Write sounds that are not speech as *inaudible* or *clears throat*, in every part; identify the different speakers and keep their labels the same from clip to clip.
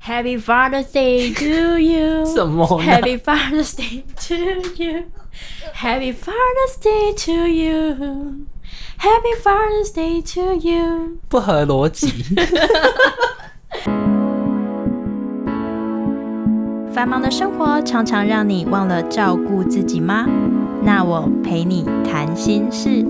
Speaker 1: Happy Father's Day to *laughs* you
Speaker 2: 什么呢
Speaker 1: Happy Father's Day to you Happy Father's Day to you Happy Father's Day to you
Speaker 2: *laughs* 不合逻辑。
Speaker 1: *laughs* 繁忙的生活常常让你忘了照顾自己吗？那我陪你谈心事。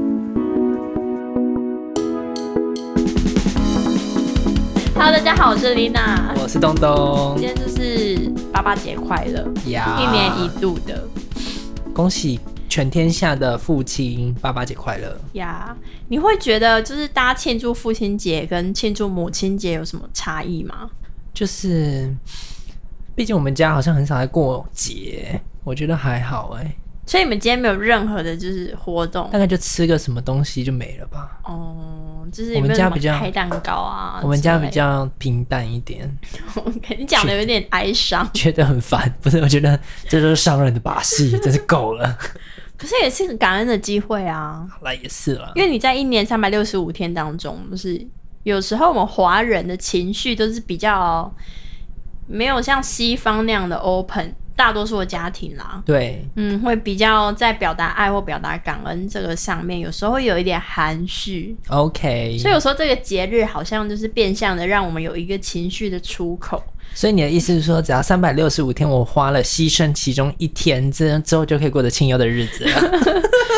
Speaker 1: Hello，大家好，我是 Lina。
Speaker 2: 我是东东
Speaker 1: 今天就是爸爸节快乐，
Speaker 2: 呀，
Speaker 1: 一年一度的
Speaker 2: 恭喜全天下的父亲爸爸节快乐。
Speaker 1: 呀。你会觉得就是大家庆祝父亲节跟庆祝母亲节有什么差异吗？
Speaker 2: 就是，毕竟我们家好像很少在过节，我觉得还好哎、
Speaker 1: 所以你们今天没有任何的就是活动
Speaker 2: 大概就吃个什么东西就没了吧。
Speaker 1: 哦，就是
Speaker 2: 我们
Speaker 1: 有没有
Speaker 2: 家
Speaker 1: 什么
Speaker 2: 比较
Speaker 1: 开蛋糕啊之类的？
Speaker 2: 我们家
Speaker 1: *laughs*
Speaker 2: 比较平淡一点，
Speaker 1: OK，你讲的有点哀伤，
Speaker 2: 觉得很烦。 *laughs* 不是，我觉得这就是商人的把戏，真是够了。
Speaker 1: 可是也是个感恩的机会啊，
Speaker 2: 好啦，也是了
Speaker 1: 因。为你在一年三百六十五天当中，就是有时候我们华人的情绪都是比较没有像西方那样的 open，大多数的家庭啦，
Speaker 2: 对，
Speaker 1: 嗯，会比较在表达爱或表达感恩这个上面，有时候会有一点含蓄，
Speaker 2: 嗯 OK，
Speaker 1: 所以有时候这个节日好像就是变相的让我们有一个情绪的出口。
Speaker 2: 所以你的意思是说，只要三百六十五天，我花了牺牲其中一天，这之后就可以过得清幽的日子
Speaker 1: *laughs*
Speaker 2: 了。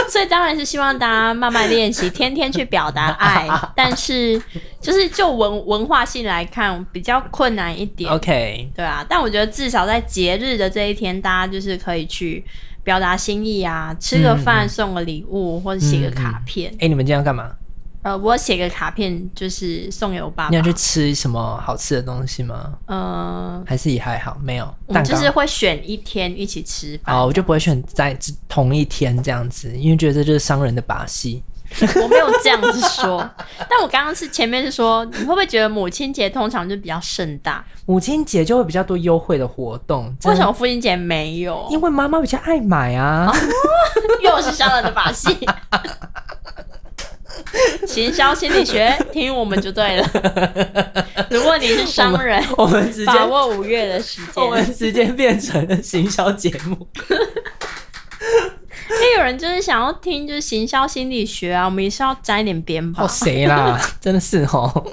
Speaker 1: 所以当然是希望大家慢慢练习，天天去表达
Speaker 2: *laughs*
Speaker 1: 爱。但是就是就文文化性来看，比较困难一点。
Speaker 2: OK，
Speaker 1: 对啊，但我觉得至少在节日的这一天，大家就是可以去表达心意啊，吃
Speaker 2: 嗯
Speaker 1: 个饭、送个礼物或者写个卡片。
Speaker 2: 哎、你们今天要干嘛？
Speaker 1: 呃，我写个卡片就是送给我爸
Speaker 2: 你
Speaker 1: 爸
Speaker 2: 要。去吃什么好吃的东西吗？
Speaker 1: 呃，
Speaker 2: 还是也还好？没有
Speaker 1: 我
Speaker 2: 蛋
Speaker 1: 们就
Speaker 2: 糕。哦
Speaker 1: 是会选一天一起吃饭。 *laughs*
Speaker 2: 好，我就不会选在同一天这样子，因为觉得这就是商人的把戏。
Speaker 1: 我没有这样子
Speaker 2: *laughs*
Speaker 1: 说，但我刚刚是前面是说，你会不会觉得母亲节通常就比较盛大？
Speaker 2: 母亲节就会比较多优惠的活动，真
Speaker 1: 为
Speaker 2: 的
Speaker 1: 什么父亲节没有？
Speaker 2: *laughs* 因为妈妈比较爱买啊。
Speaker 1: 又是商人的把
Speaker 2: *laughs*
Speaker 1: 戏。行销心理学，听我们就对了。
Speaker 2: *laughs*
Speaker 1: 如果你是商人，
Speaker 2: 我们直接，
Speaker 1: 哦把握五月的时间。
Speaker 2: *laughs* 我们直接变成了行销节
Speaker 1: *laughs*
Speaker 2: 目。
Speaker 1: 因为有人就是想要听，就是行销心理学啊，我们也是要沾一点边吧
Speaker 2: 哦，。谁啦？真的是哦。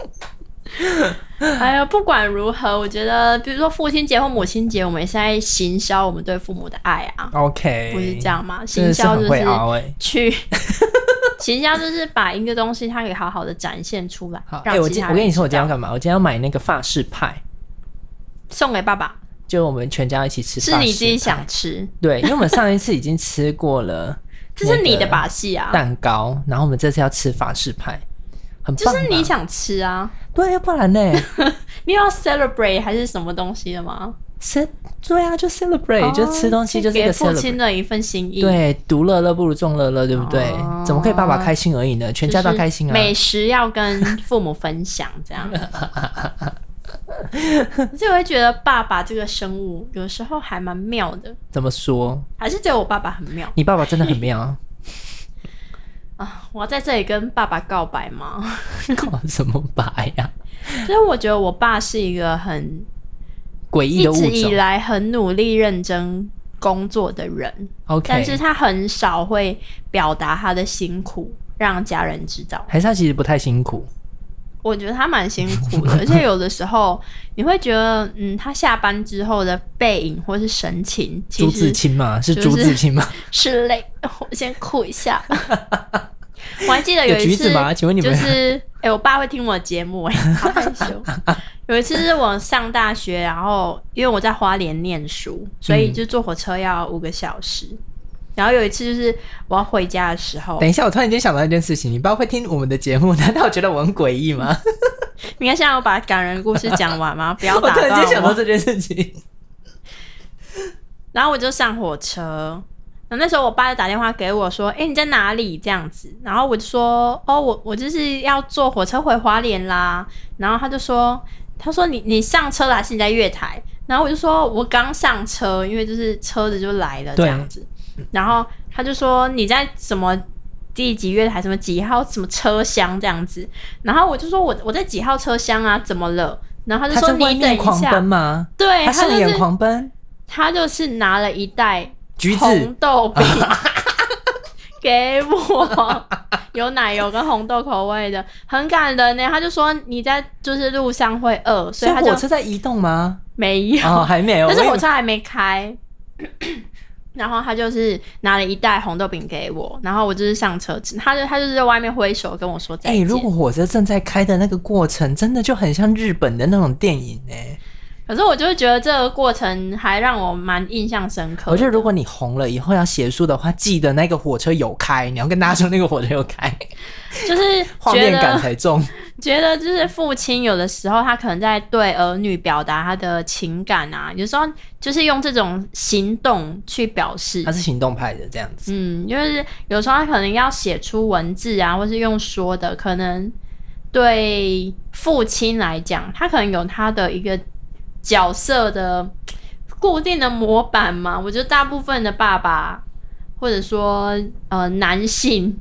Speaker 1: 哎呀，不管如何，我觉得，比如说父亲节或母亲节，我们也是在行销我们对父母的爱啊，
Speaker 2: OK，
Speaker 1: 不是这，样吗？
Speaker 2: 真
Speaker 1: 行
Speaker 2: 的是
Speaker 1: 销就
Speaker 2: 很会
Speaker 1: 是
Speaker 2: 熬哎、
Speaker 1: 去。 *laughs* 行销就是把一个东西，它给好好的展现出来
Speaker 2: 好，。哎、
Speaker 1: 让
Speaker 2: 我
Speaker 1: 其
Speaker 2: 今
Speaker 1: 他
Speaker 2: 我跟
Speaker 1: 人
Speaker 2: 你说，我
Speaker 1: 知
Speaker 2: 今天要
Speaker 1: 道
Speaker 2: 干嘛？我今天要买那个法式派，
Speaker 1: 送给爸爸，
Speaker 2: 就我们全家一起吃。
Speaker 1: 是你自己想？吃，
Speaker 2: *laughs* 对，因为我们上一次已经吃过了
Speaker 1: 这是你的把
Speaker 2: 那
Speaker 1: 戏啊
Speaker 2: 个，蛋糕，然后我们这次要吃法式派，很
Speaker 1: 就
Speaker 2: 棒吧。
Speaker 1: 是你想吃啊，
Speaker 2: 对，要不然呢？ *laughs*
Speaker 1: 你要 celebrate 还是什么东西的吗？
Speaker 2: 是，对啊，就 celebrate，、就吃东西就是一
Speaker 1: 给哦
Speaker 2: 个
Speaker 1: 父亲
Speaker 2: celebrate。
Speaker 1: 的一份心意，，
Speaker 2: 对，独乐乐不如众乐乐，对不对？
Speaker 1: 哦
Speaker 2: 怎么可以爸爸开心而已呢？全家都开心啊！
Speaker 1: 美食要跟父母分享，这
Speaker 2: *laughs*
Speaker 1: 样。可是我会觉得爸爸这个生物有时候还蛮妙的，
Speaker 2: 怎么说？
Speaker 1: 还是只有我爸爸很妙
Speaker 2: 你爸爸真的很
Speaker 1: *laughs*
Speaker 2: 妙，
Speaker 1: 啊！我要在这里跟爸爸告白吗？
Speaker 2: *laughs*
Speaker 1: *laughs*
Speaker 2: 搞什么白啊呀、
Speaker 1: 就是我觉得我爸是一个很
Speaker 2: 诡异
Speaker 1: 一
Speaker 2: 的物
Speaker 1: 直以
Speaker 2: 种。
Speaker 1: 来很努力认真工作的人，
Speaker 2: OK，
Speaker 1: 但是他很少会表达他的辛苦，让家人知道。
Speaker 2: 还是他其实不太辛苦。
Speaker 1: 我觉得他蛮辛苦
Speaker 2: *laughs*
Speaker 1: 的，而且有的时候你会觉得，嗯，他下班之后的背影或是神情，其
Speaker 2: 朱自
Speaker 1: 实
Speaker 2: 清嘛，是
Speaker 1: 就是
Speaker 2: 朱自
Speaker 1: *laughs*
Speaker 2: 清吗？
Speaker 1: 是累。我先哭一
Speaker 2: *laughs*
Speaker 1: 下。我还记得有
Speaker 2: 有
Speaker 1: 一
Speaker 2: 橘
Speaker 1: 次
Speaker 2: 子，吗请问你们
Speaker 1: 就是哎、我爸会听我的节目、哎，好害
Speaker 2: *laughs*
Speaker 1: 羞。有一次是我上大学，然后因为我在花莲念书，所
Speaker 2: 嗯
Speaker 1: 以就坐火车要五个小时。然后有一次就是我要回家的时候，
Speaker 2: 等一下，我突然间想到一件事情，你爸会听我们的节目， *laughs* 难道觉得我很诡异吗？
Speaker 1: 你看现在我把感人故事讲完吗？不要
Speaker 2: *laughs* 我
Speaker 1: 打
Speaker 2: 突然
Speaker 1: 断
Speaker 2: 间想
Speaker 1: 我
Speaker 2: 到这件事情，
Speaker 1: 然后我就上火车。然后那时候我爸就打电话给我说：“哎、你在哪里？”这样子，然后我就说：“哦，我我就是要坐火车回花莲啦。”然后他就说：“他说你你上车了还是你在月台？”然后我就说：“我刚上车，因为就是车子就来了这
Speaker 2: 对
Speaker 1: 样子。”然后他就说：“你在什么第几月台？什么几号？什么车厢这样子？”然后我就说我我在几号车厢啊？怎么了？然后他就
Speaker 2: 他
Speaker 1: 说
Speaker 2: 在外
Speaker 1: 你等
Speaker 2: 面
Speaker 1: 一
Speaker 2: 狂奔
Speaker 1: 下，
Speaker 2: 吗？
Speaker 1: 对，
Speaker 2: 他
Speaker 1: 他
Speaker 2: 上
Speaker 1: 就
Speaker 2: 演
Speaker 1: 是
Speaker 2: 狂奔，
Speaker 1: 他就是拿了一袋
Speaker 2: 橘
Speaker 1: 红
Speaker 2: 子
Speaker 1: 豆饼 *laughs* 给我，有奶油跟红豆口味的，很感人呢。他就说你在就是路上会饿，所以他
Speaker 2: 火
Speaker 1: 就
Speaker 2: 车在移
Speaker 1: *laughs*
Speaker 2: 动吗？
Speaker 1: 没有，
Speaker 2: 哦，还没有，
Speaker 1: 但是
Speaker 2: 我以为
Speaker 1: 火车还没开。 *clears throat* 然后他就是拿了一袋红豆饼给我，然后我就是上车吃，他就他就是在外面挥手跟我说再
Speaker 2: 哎、
Speaker 1: 见。
Speaker 2: 如果火车正在开的那个过程，真的就很像日本的那种电影哎、
Speaker 1: 可是我就是觉得这个过程还让我蛮印象深刻。
Speaker 2: 我觉得如果你红了以后要写书的话，记得那个火车有开，你要跟大家说那个火车有开，
Speaker 1: 就是
Speaker 2: 画
Speaker 1: 觉
Speaker 2: 面感
Speaker 1: 得
Speaker 2: 才重。
Speaker 1: 觉得就是父亲有的时候他可能在对儿女表达他的情感啊，有时候就是用这种行动去表示
Speaker 2: 他。是行动派的这样子，
Speaker 1: 嗯，就是有时候他可能要写出文字啊，或是用说的，可能对父亲来讲，他可能有他的一个角色的固定的模板嘛。我觉得大部分的爸爸，或者说呃男性，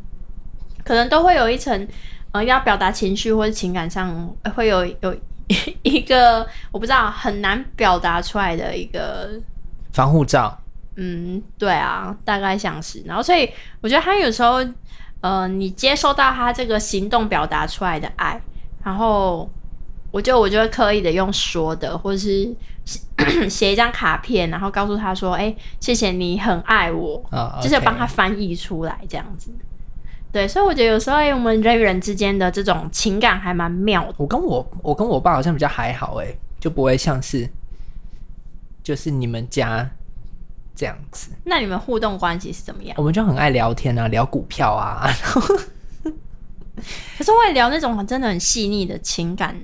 Speaker 1: 可能都会有一层呃要表达情绪或者情感上呃会有有 *laughs* 一个我不知道很难表达出来的一个
Speaker 2: 防护罩。
Speaker 1: 嗯，对啊，大概像是。然后，所以我觉得他有时候，呃，你接受到他这个行动表达出来的爱，然后我就我就会刻意的用说的，或者是写一张卡片，然后告诉他说：“哎、谢谢你很爱我。”
Speaker 2: 啊、
Speaker 1: 就是帮他
Speaker 2: OK
Speaker 1: 翻译出来这样子。对，所以我觉得有时候、哎我们人与人之间的这种情感还蛮妙的。
Speaker 2: 我跟我我跟我爸好像比较还好哎、就不会像是就是你们家这样子，
Speaker 1: 那你们互动关系是怎么样？
Speaker 2: 我们就很爱聊天啊，聊股票啊，
Speaker 1: 可是我也聊那种真的很细腻的情感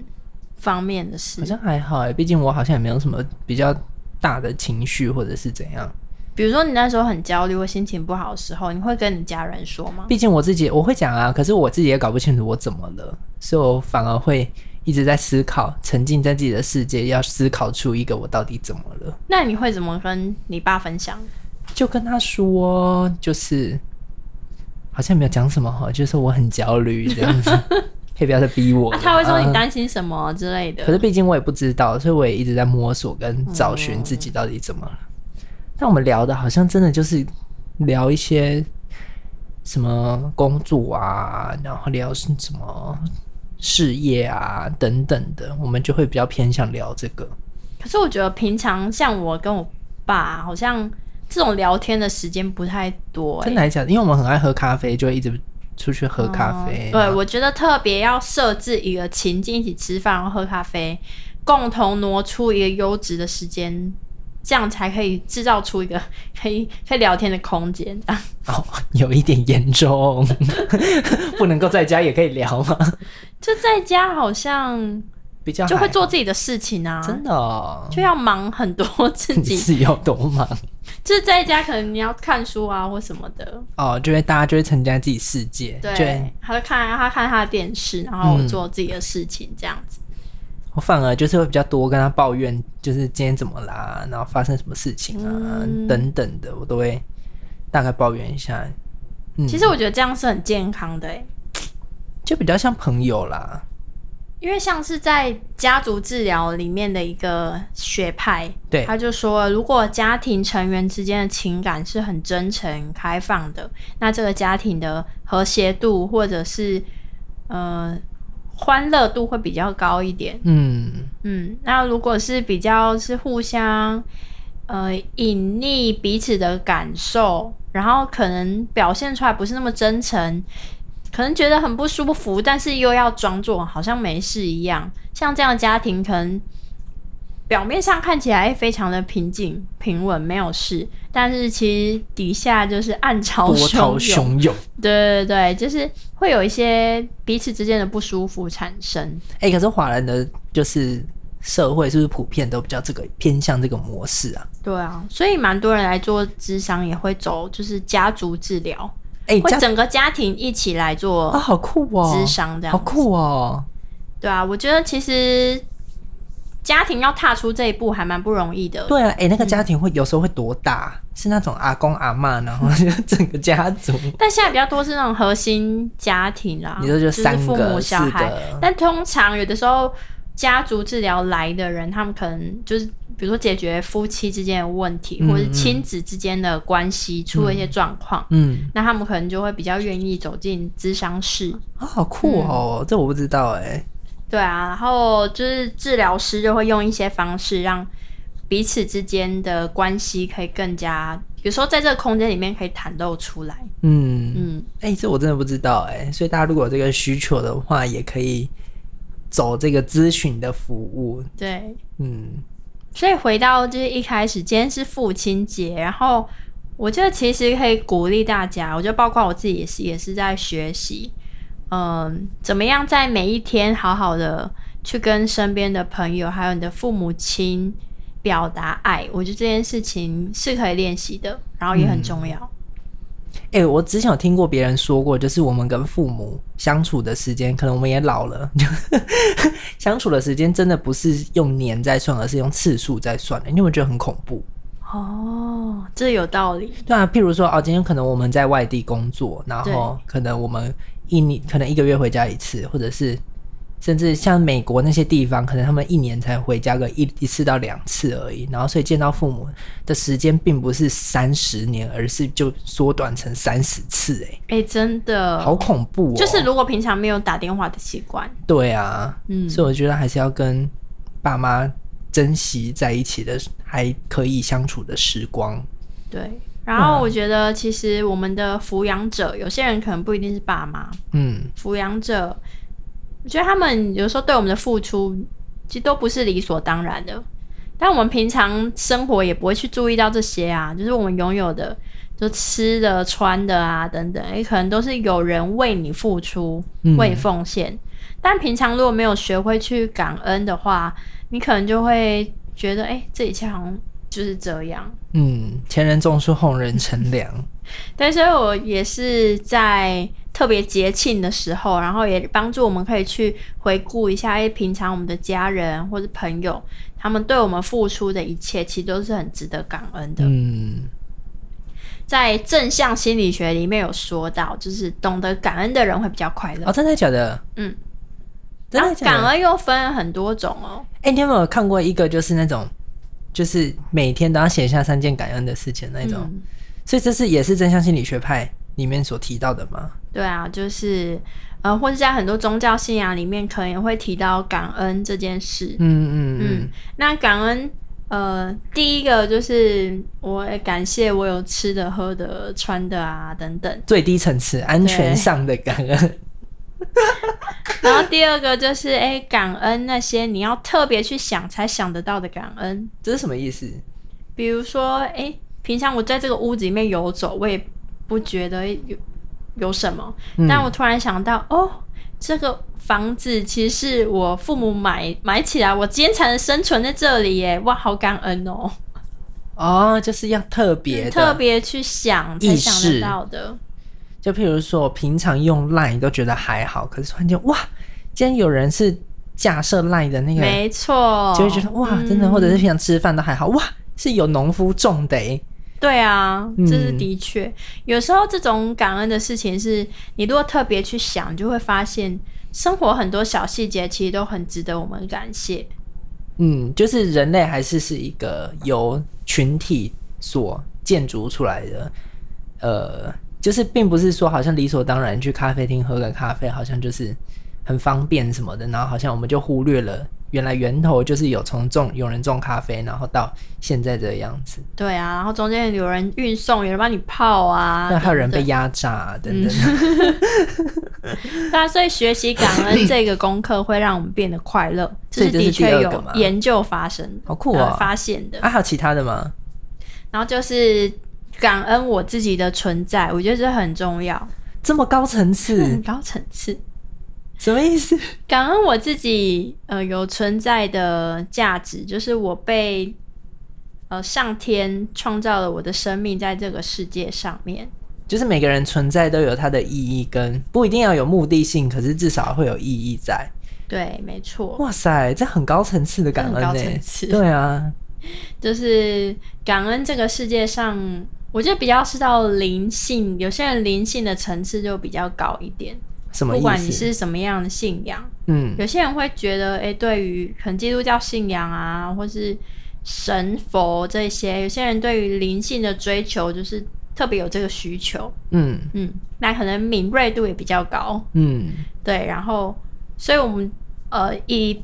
Speaker 1: 方面的事
Speaker 2: 好，像还好哎、毕竟我好像也没有什么比较大的情绪或者是怎样。
Speaker 1: 比如说你那时候很焦虑或心情不好的时候，你会跟你家人说吗？
Speaker 2: 毕竟我自己我会讲啊，可是我自己也搞不清楚我怎么了，所以我反而会一直在思考，沉浸在自己的世界，要思考出一个我到底怎么了，
Speaker 1: 那你会怎么跟你爸分享？
Speaker 2: 就跟他说，就是好像没有讲什么哈，就是我很焦虑这样子， *laughs* 可以不要再逼我
Speaker 1: 啊
Speaker 2: 了、，
Speaker 1: 他会说你
Speaker 2: 啊
Speaker 1: 担心什么之类的。
Speaker 2: 可是毕竟我也不知道，所以我也一直在摸索跟找寻自己到底怎么了。但我们聊的好像真的就是聊一些什么工作啊，然后聊是什么事业啊等等的，我们就会比较偏向聊这个。
Speaker 1: 可是我觉得平常像我跟我爸，好像这种聊天的时间不太多、欸
Speaker 2: 真的来讲，因为我们很爱喝咖啡，就会一直出去喝咖啡。
Speaker 1: 哦对，我觉得特别要设置一个情境，一起吃饭，然后喝咖啡，共同挪出一个优质的时间，这样才可以制造出一个 *laughs* 可以可以聊天的空间。这样
Speaker 2: 哦， *laughs* 有一点严重， *laughs* 不能够在家也可以聊吗？
Speaker 1: 就在家好像
Speaker 2: 比较
Speaker 1: 就会
Speaker 2: 还
Speaker 1: 做自己的事情啊，
Speaker 2: 真的、哦，
Speaker 1: 就要忙很多自
Speaker 2: 你
Speaker 1: 己，
Speaker 2: *laughs* 是有多忙？
Speaker 1: 就是在家可能你要看书啊或什么的，
Speaker 2: 哦，就会大家就会参加自己世界，就
Speaker 1: 对
Speaker 2: 会，
Speaker 1: 他就看他看他的电视，然后
Speaker 2: 嗯
Speaker 1: 做自己的事情这样子。
Speaker 2: 我反而就是会比较多跟他抱怨，就是今天怎么啦，然后发生什么事情啊、
Speaker 1: 嗯
Speaker 2: 等等的，我都会大概抱怨一下。嗯，
Speaker 1: 其实我觉得这样是很健康的、欸，
Speaker 2: 就比较像朋友啦，
Speaker 1: 因为像是在家族治疗里面的一个学派，
Speaker 2: 对
Speaker 1: 他就说，如果家庭成员之间的情感是很真诚、开放的，那这个家庭的和谐度或者是呃欢乐度会比较高一点。
Speaker 2: 嗯，
Speaker 1: 嗯，那如果是比较是互相呃隐匿彼此的感受，然后可能表现出来不是那么真诚，可能觉得很不舒服，但是又要装作好像没事一样，像这样的家庭可能。表面上看起来非常的平静平稳，没有事，但是其实底下就是暗潮
Speaker 2: 波涛
Speaker 1: 汹涌。
Speaker 2: 汹涌。
Speaker 1: 对对对，就是会有一些彼此之间的不舒服产生。
Speaker 2: 哎、可是华人的就是社会是不是普遍都比较这个偏向这个模式啊？
Speaker 1: 对啊，所以蛮多人来做智商，也会走就是家族治疗，
Speaker 2: 哎、
Speaker 1: 会
Speaker 2: 这样
Speaker 1: 整个家庭一起来做
Speaker 2: 啊、好酷哦，
Speaker 1: 智商这样。
Speaker 2: 好酷哦。
Speaker 1: 对啊，我觉得其实家庭要踏出这一步还蛮不容易的。
Speaker 2: 对啊，哎、那个家庭会有时候会多大？是那种阿公阿嬷，然 *laughs* 后就整个家族。
Speaker 1: 但现在比较多是那种核心家庭啦，
Speaker 2: 你说就
Speaker 1: 啊就是
Speaker 2: 三
Speaker 1: 父
Speaker 2: 个
Speaker 1: 母、小
Speaker 2: 四
Speaker 1: 孩
Speaker 2: 个，
Speaker 1: 但通常有的时候，家族治疗来的人，他们可能就是比如说解决夫妻之间的问题，
Speaker 2: 嗯
Speaker 1: 或者是亲子之间的关系出了一些状况，
Speaker 2: 嗯，
Speaker 1: 那他们可能就会比较愿意走进咨商室。
Speaker 2: 啊，好酷哦，
Speaker 1: 嗯
Speaker 2: 这我不知道哎、
Speaker 1: 对啊，然后就是治疗师就会用一些方式让彼此之间的关系可以更加，有时候在这个空间里面可以袒露出来。
Speaker 2: 嗯，
Speaker 1: 嗯，
Speaker 2: 哎、这我真的不知道哎、所以大家如果有这个需求的话，也可以走这个咨询的服务。
Speaker 1: 对。
Speaker 2: 嗯，
Speaker 1: 所以回到就是一开始，今天是父亲节，然后我觉得其实可以鼓励大家，我觉得包括我自己也是也是在学习，嗯，怎么样在每一天好好的去跟身边的朋友还有你的父母亲表达爱，我觉得这件事情是可以练习的，然后也很重要。
Speaker 2: 哎、我之前有听过别人说过，就是我们跟父母相处的时间，可能我们也老了，就 *laughs* 相处的时间真的不是用年在算，而是用次数在算的。你有没有觉得很恐怖？
Speaker 1: 哦，这有道理。
Speaker 2: 对啊，譬如说哦，今天可能我们在外地工作，然后可能我们一年可能一个月回家一次，或者是甚至像美国那些地方，可能他们一年才回家个一一次到两次而已。然后所以见到父母的时间并不是三十年，而是就缩短成三十次、欸，
Speaker 1: 哎、真的，
Speaker 2: 好恐怖哦！
Speaker 1: 就是如果平常没有打电话的习惯，
Speaker 2: 对啊，
Speaker 1: 嗯，
Speaker 2: 所以我觉得还是要跟爸妈珍惜在一起的还可以相处的时光。
Speaker 1: 对，然后我觉得其实我们的抚养者，有些人可能不一定是爸妈，
Speaker 2: 嗯，
Speaker 1: 抚养者，我觉得他们有时候对我们的付出，其实都不是理所当然的。但我们平常生活也不会去注意到这些啊，就是我们拥有的，就吃的、穿的啊等等，也可能都是有人为你付出、
Speaker 2: 嗯
Speaker 1: 为你奉献。但平常如果没有学会去感恩的话，你可能就会觉得，哎、这一切好像就是这样。
Speaker 2: 嗯，前人种树，后人乘凉。
Speaker 1: 对，所以我也是在特别节庆的时候，然后也帮助我们可以去回顾一下，哎，平常我们的家人或者朋友，他们对我们付出的一切，其实都是很值得感恩的。
Speaker 2: 嗯
Speaker 1: 在正向心理学里面有说到，就是懂得感恩的人会比较快乐。
Speaker 2: 哦，真的假的？
Speaker 1: 嗯，
Speaker 2: 真
Speaker 1: 然
Speaker 2: 的
Speaker 1: 后
Speaker 2: 假
Speaker 1: 感
Speaker 2: 的？哎、
Speaker 1: 恩又分很多种哦。
Speaker 2: 你有没有看过一个就是那种，就是每天都要写下三件感恩的事情那种？
Speaker 1: 嗯
Speaker 2: 所以这是也是正向心理学派里面所提到的吗？
Speaker 1: 对啊，就是呃，或者在很多宗教信仰里面，可能也会提到感恩这件事。
Speaker 2: 嗯嗯
Speaker 1: 嗯
Speaker 2: 嗯，
Speaker 1: 那感恩，呃，第一个就是我也感谢我有吃的、喝的、穿的啊等等。
Speaker 2: 最低层次安全上的感恩。
Speaker 1: 然后第二个就是， *laughs* 哎、感恩那些你要特别去想才想得到的感恩，
Speaker 2: 这是什么意思？
Speaker 1: 比如说，哎、平常我在这个屋子里面游走，我也不觉得有有什么，
Speaker 2: 嗯
Speaker 1: 但我突然想到，哦，这个房子其实是我父母买买起来，我今天才能生存在这里耶，哇，好感恩哦。
Speaker 2: 哦，就是要特别的，
Speaker 1: 嗯特别去想才
Speaker 2: 意
Speaker 1: 想得
Speaker 2: 识
Speaker 1: 到的。
Speaker 2: 就譬如说，我平常用 Line 都觉得还好，可是突然间哇，今天有人是架设 Line 的那个，
Speaker 1: 没错，
Speaker 2: 就会觉得哇，
Speaker 1: 嗯
Speaker 2: 真的，或者是平常吃饭都还好，哇，是有农夫种的、欸，
Speaker 1: 对啊，
Speaker 2: 嗯
Speaker 1: 这是的确。有时候这种感恩的事情是，你如果特别去想，你就会发现生活很多小细节其实都很值得我们感谢。
Speaker 2: 嗯，就是人类还是是一个由群体所建筑出来的，呃，就是并不是说好像理所当然去咖啡厅喝个咖啡，好像就是很方便什么的，然后好像我们就忽略了原来源头就是有从种有人种咖啡，然后到现在这个样子，
Speaker 1: 对啊，然后中间有人运送，有人帮你泡
Speaker 2: *laughs*
Speaker 1: 啊，嗯
Speaker 2: 那还有人
Speaker 1: 等
Speaker 2: 被
Speaker 1: 等
Speaker 2: 压榨、啊、等等，
Speaker 1: 对啊，所以学习感恩这个功课会让我们变得快
Speaker 2: *laughs*
Speaker 1: 乐，
Speaker 2: 所以
Speaker 1: 是
Speaker 2: 这是
Speaker 1: 的确
Speaker 2: 第二个
Speaker 1: 有
Speaker 2: 嘛
Speaker 1: 研究发生的，
Speaker 2: 好酷哦
Speaker 1: 呃发现的。
Speaker 2: *laughs* 啊，还有其他的吗？
Speaker 1: 然后就是感恩我自己的存在，我觉得这很重要，
Speaker 2: 这么高层
Speaker 1: 很
Speaker 2: 次，
Speaker 1: 高层次。
Speaker 2: 什么意思？ *laughs*
Speaker 1: 感恩我自己，呃，有存在的价值，就是我被呃上天创造了我的生命在这个世界上面。
Speaker 2: 就是每个人存在都有它的意义跟不一定要有目的性，可是至少会有意义在。
Speaker 1: 对，没错，
Speaker 2: 哇塞，这很高层次的感恩
Speaker 1: 这很
Speaker 2: 呢、
Speaker 1: 高层次
Speaker 2: 对啊，
Speaker 1: 就是感恩这个世界上，我觉得比较是到灵性，有些人灵性的层次就比较高一点。
Speaker 2: 什么
Speaker 1: 不管
Speaker 2: 意
Speaker 1: 你
Speaker 2: 思？
Speaker 1: 是什么样的信仰，
Speaker 2: 嗯，
Speaker 1: 有些人会觉得，诶，对于可能基督教信仰啊，或是神佛这些，有些人对于灵性的追求就是特别有这个需求，
Speaker 2: 嗯
Speaker 1: 嗯，那可能敏锐度也比较高，
Speaker 2: 嗯，
Speaker 1: 对，然后，所以我们呃，以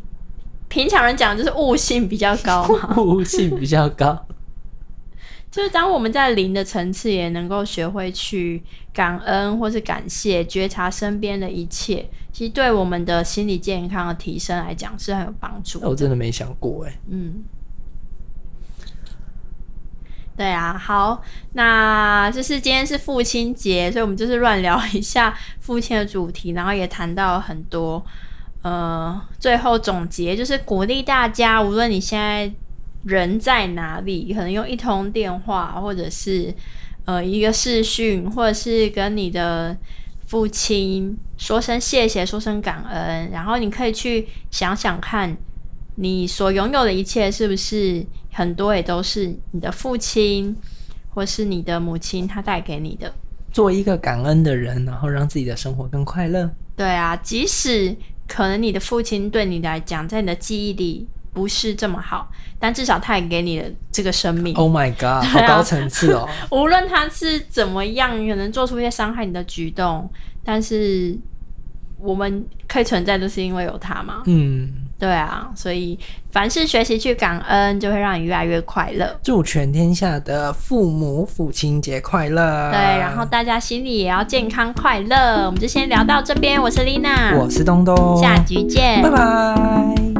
Speaker 1: 平常人讲，就是悟性比较高
Speaker 2: *laughs*
Speaker 1: 嘛，
Speaker 2: 悟性比较高。 *laughs*
Speaker 1: 就是当我们在零的层次，也能够学会去感恩或是感谢，觉察身边的一切，其实对我们的心理健康的提升来讲是很有帮助
Speaker 2: 那。我真的没想过哎、
Speaker 1: 嗯，对啊，好，那就是今天是父亲节，所以我们就是乱聊一下父亲的主题，然后也谈到很多。呃，最后总结就是鼓励大家，无论你现在人在哪里，可能用一通电话，或者是呃一个视讯，或者是跟你的父亲说声谢谢，说声感恩，然后你可以去想想看，你所拥有的一切是不是很多也都是你的父亲或是你的母亲他带给你的。
Speaker 2: 做一个感恩的人，然后让自己的生活更快乐。
Speaker 1: 对啊，即使可能你的父亲对你来讲，在你的记忆里不是这么好，但至少他也给你了这个生命。
Speaker 2: Oh my
Speaker 1: 啊
Speaker 2: god，好高层次哦！
Speaker 1: 无论他是怎么样，可能做出一些伤害你的举动，但是我们可以存在，就是因为有他嘛。
Speaker 2: 嗯，
Speaker 1: 对啊，所以凡事学习去感恩，就会让你越来越快乐。
Speaker 2: 祝全天下的父母父亲节快乐。
Speaker 1: 对，然后大家心里也要健康快乐。我们就先聊到这边，我是丽娜，
Speaker 2: 我是东东，
Speaker 1: 下集见，
Speaker 2: 拜拜。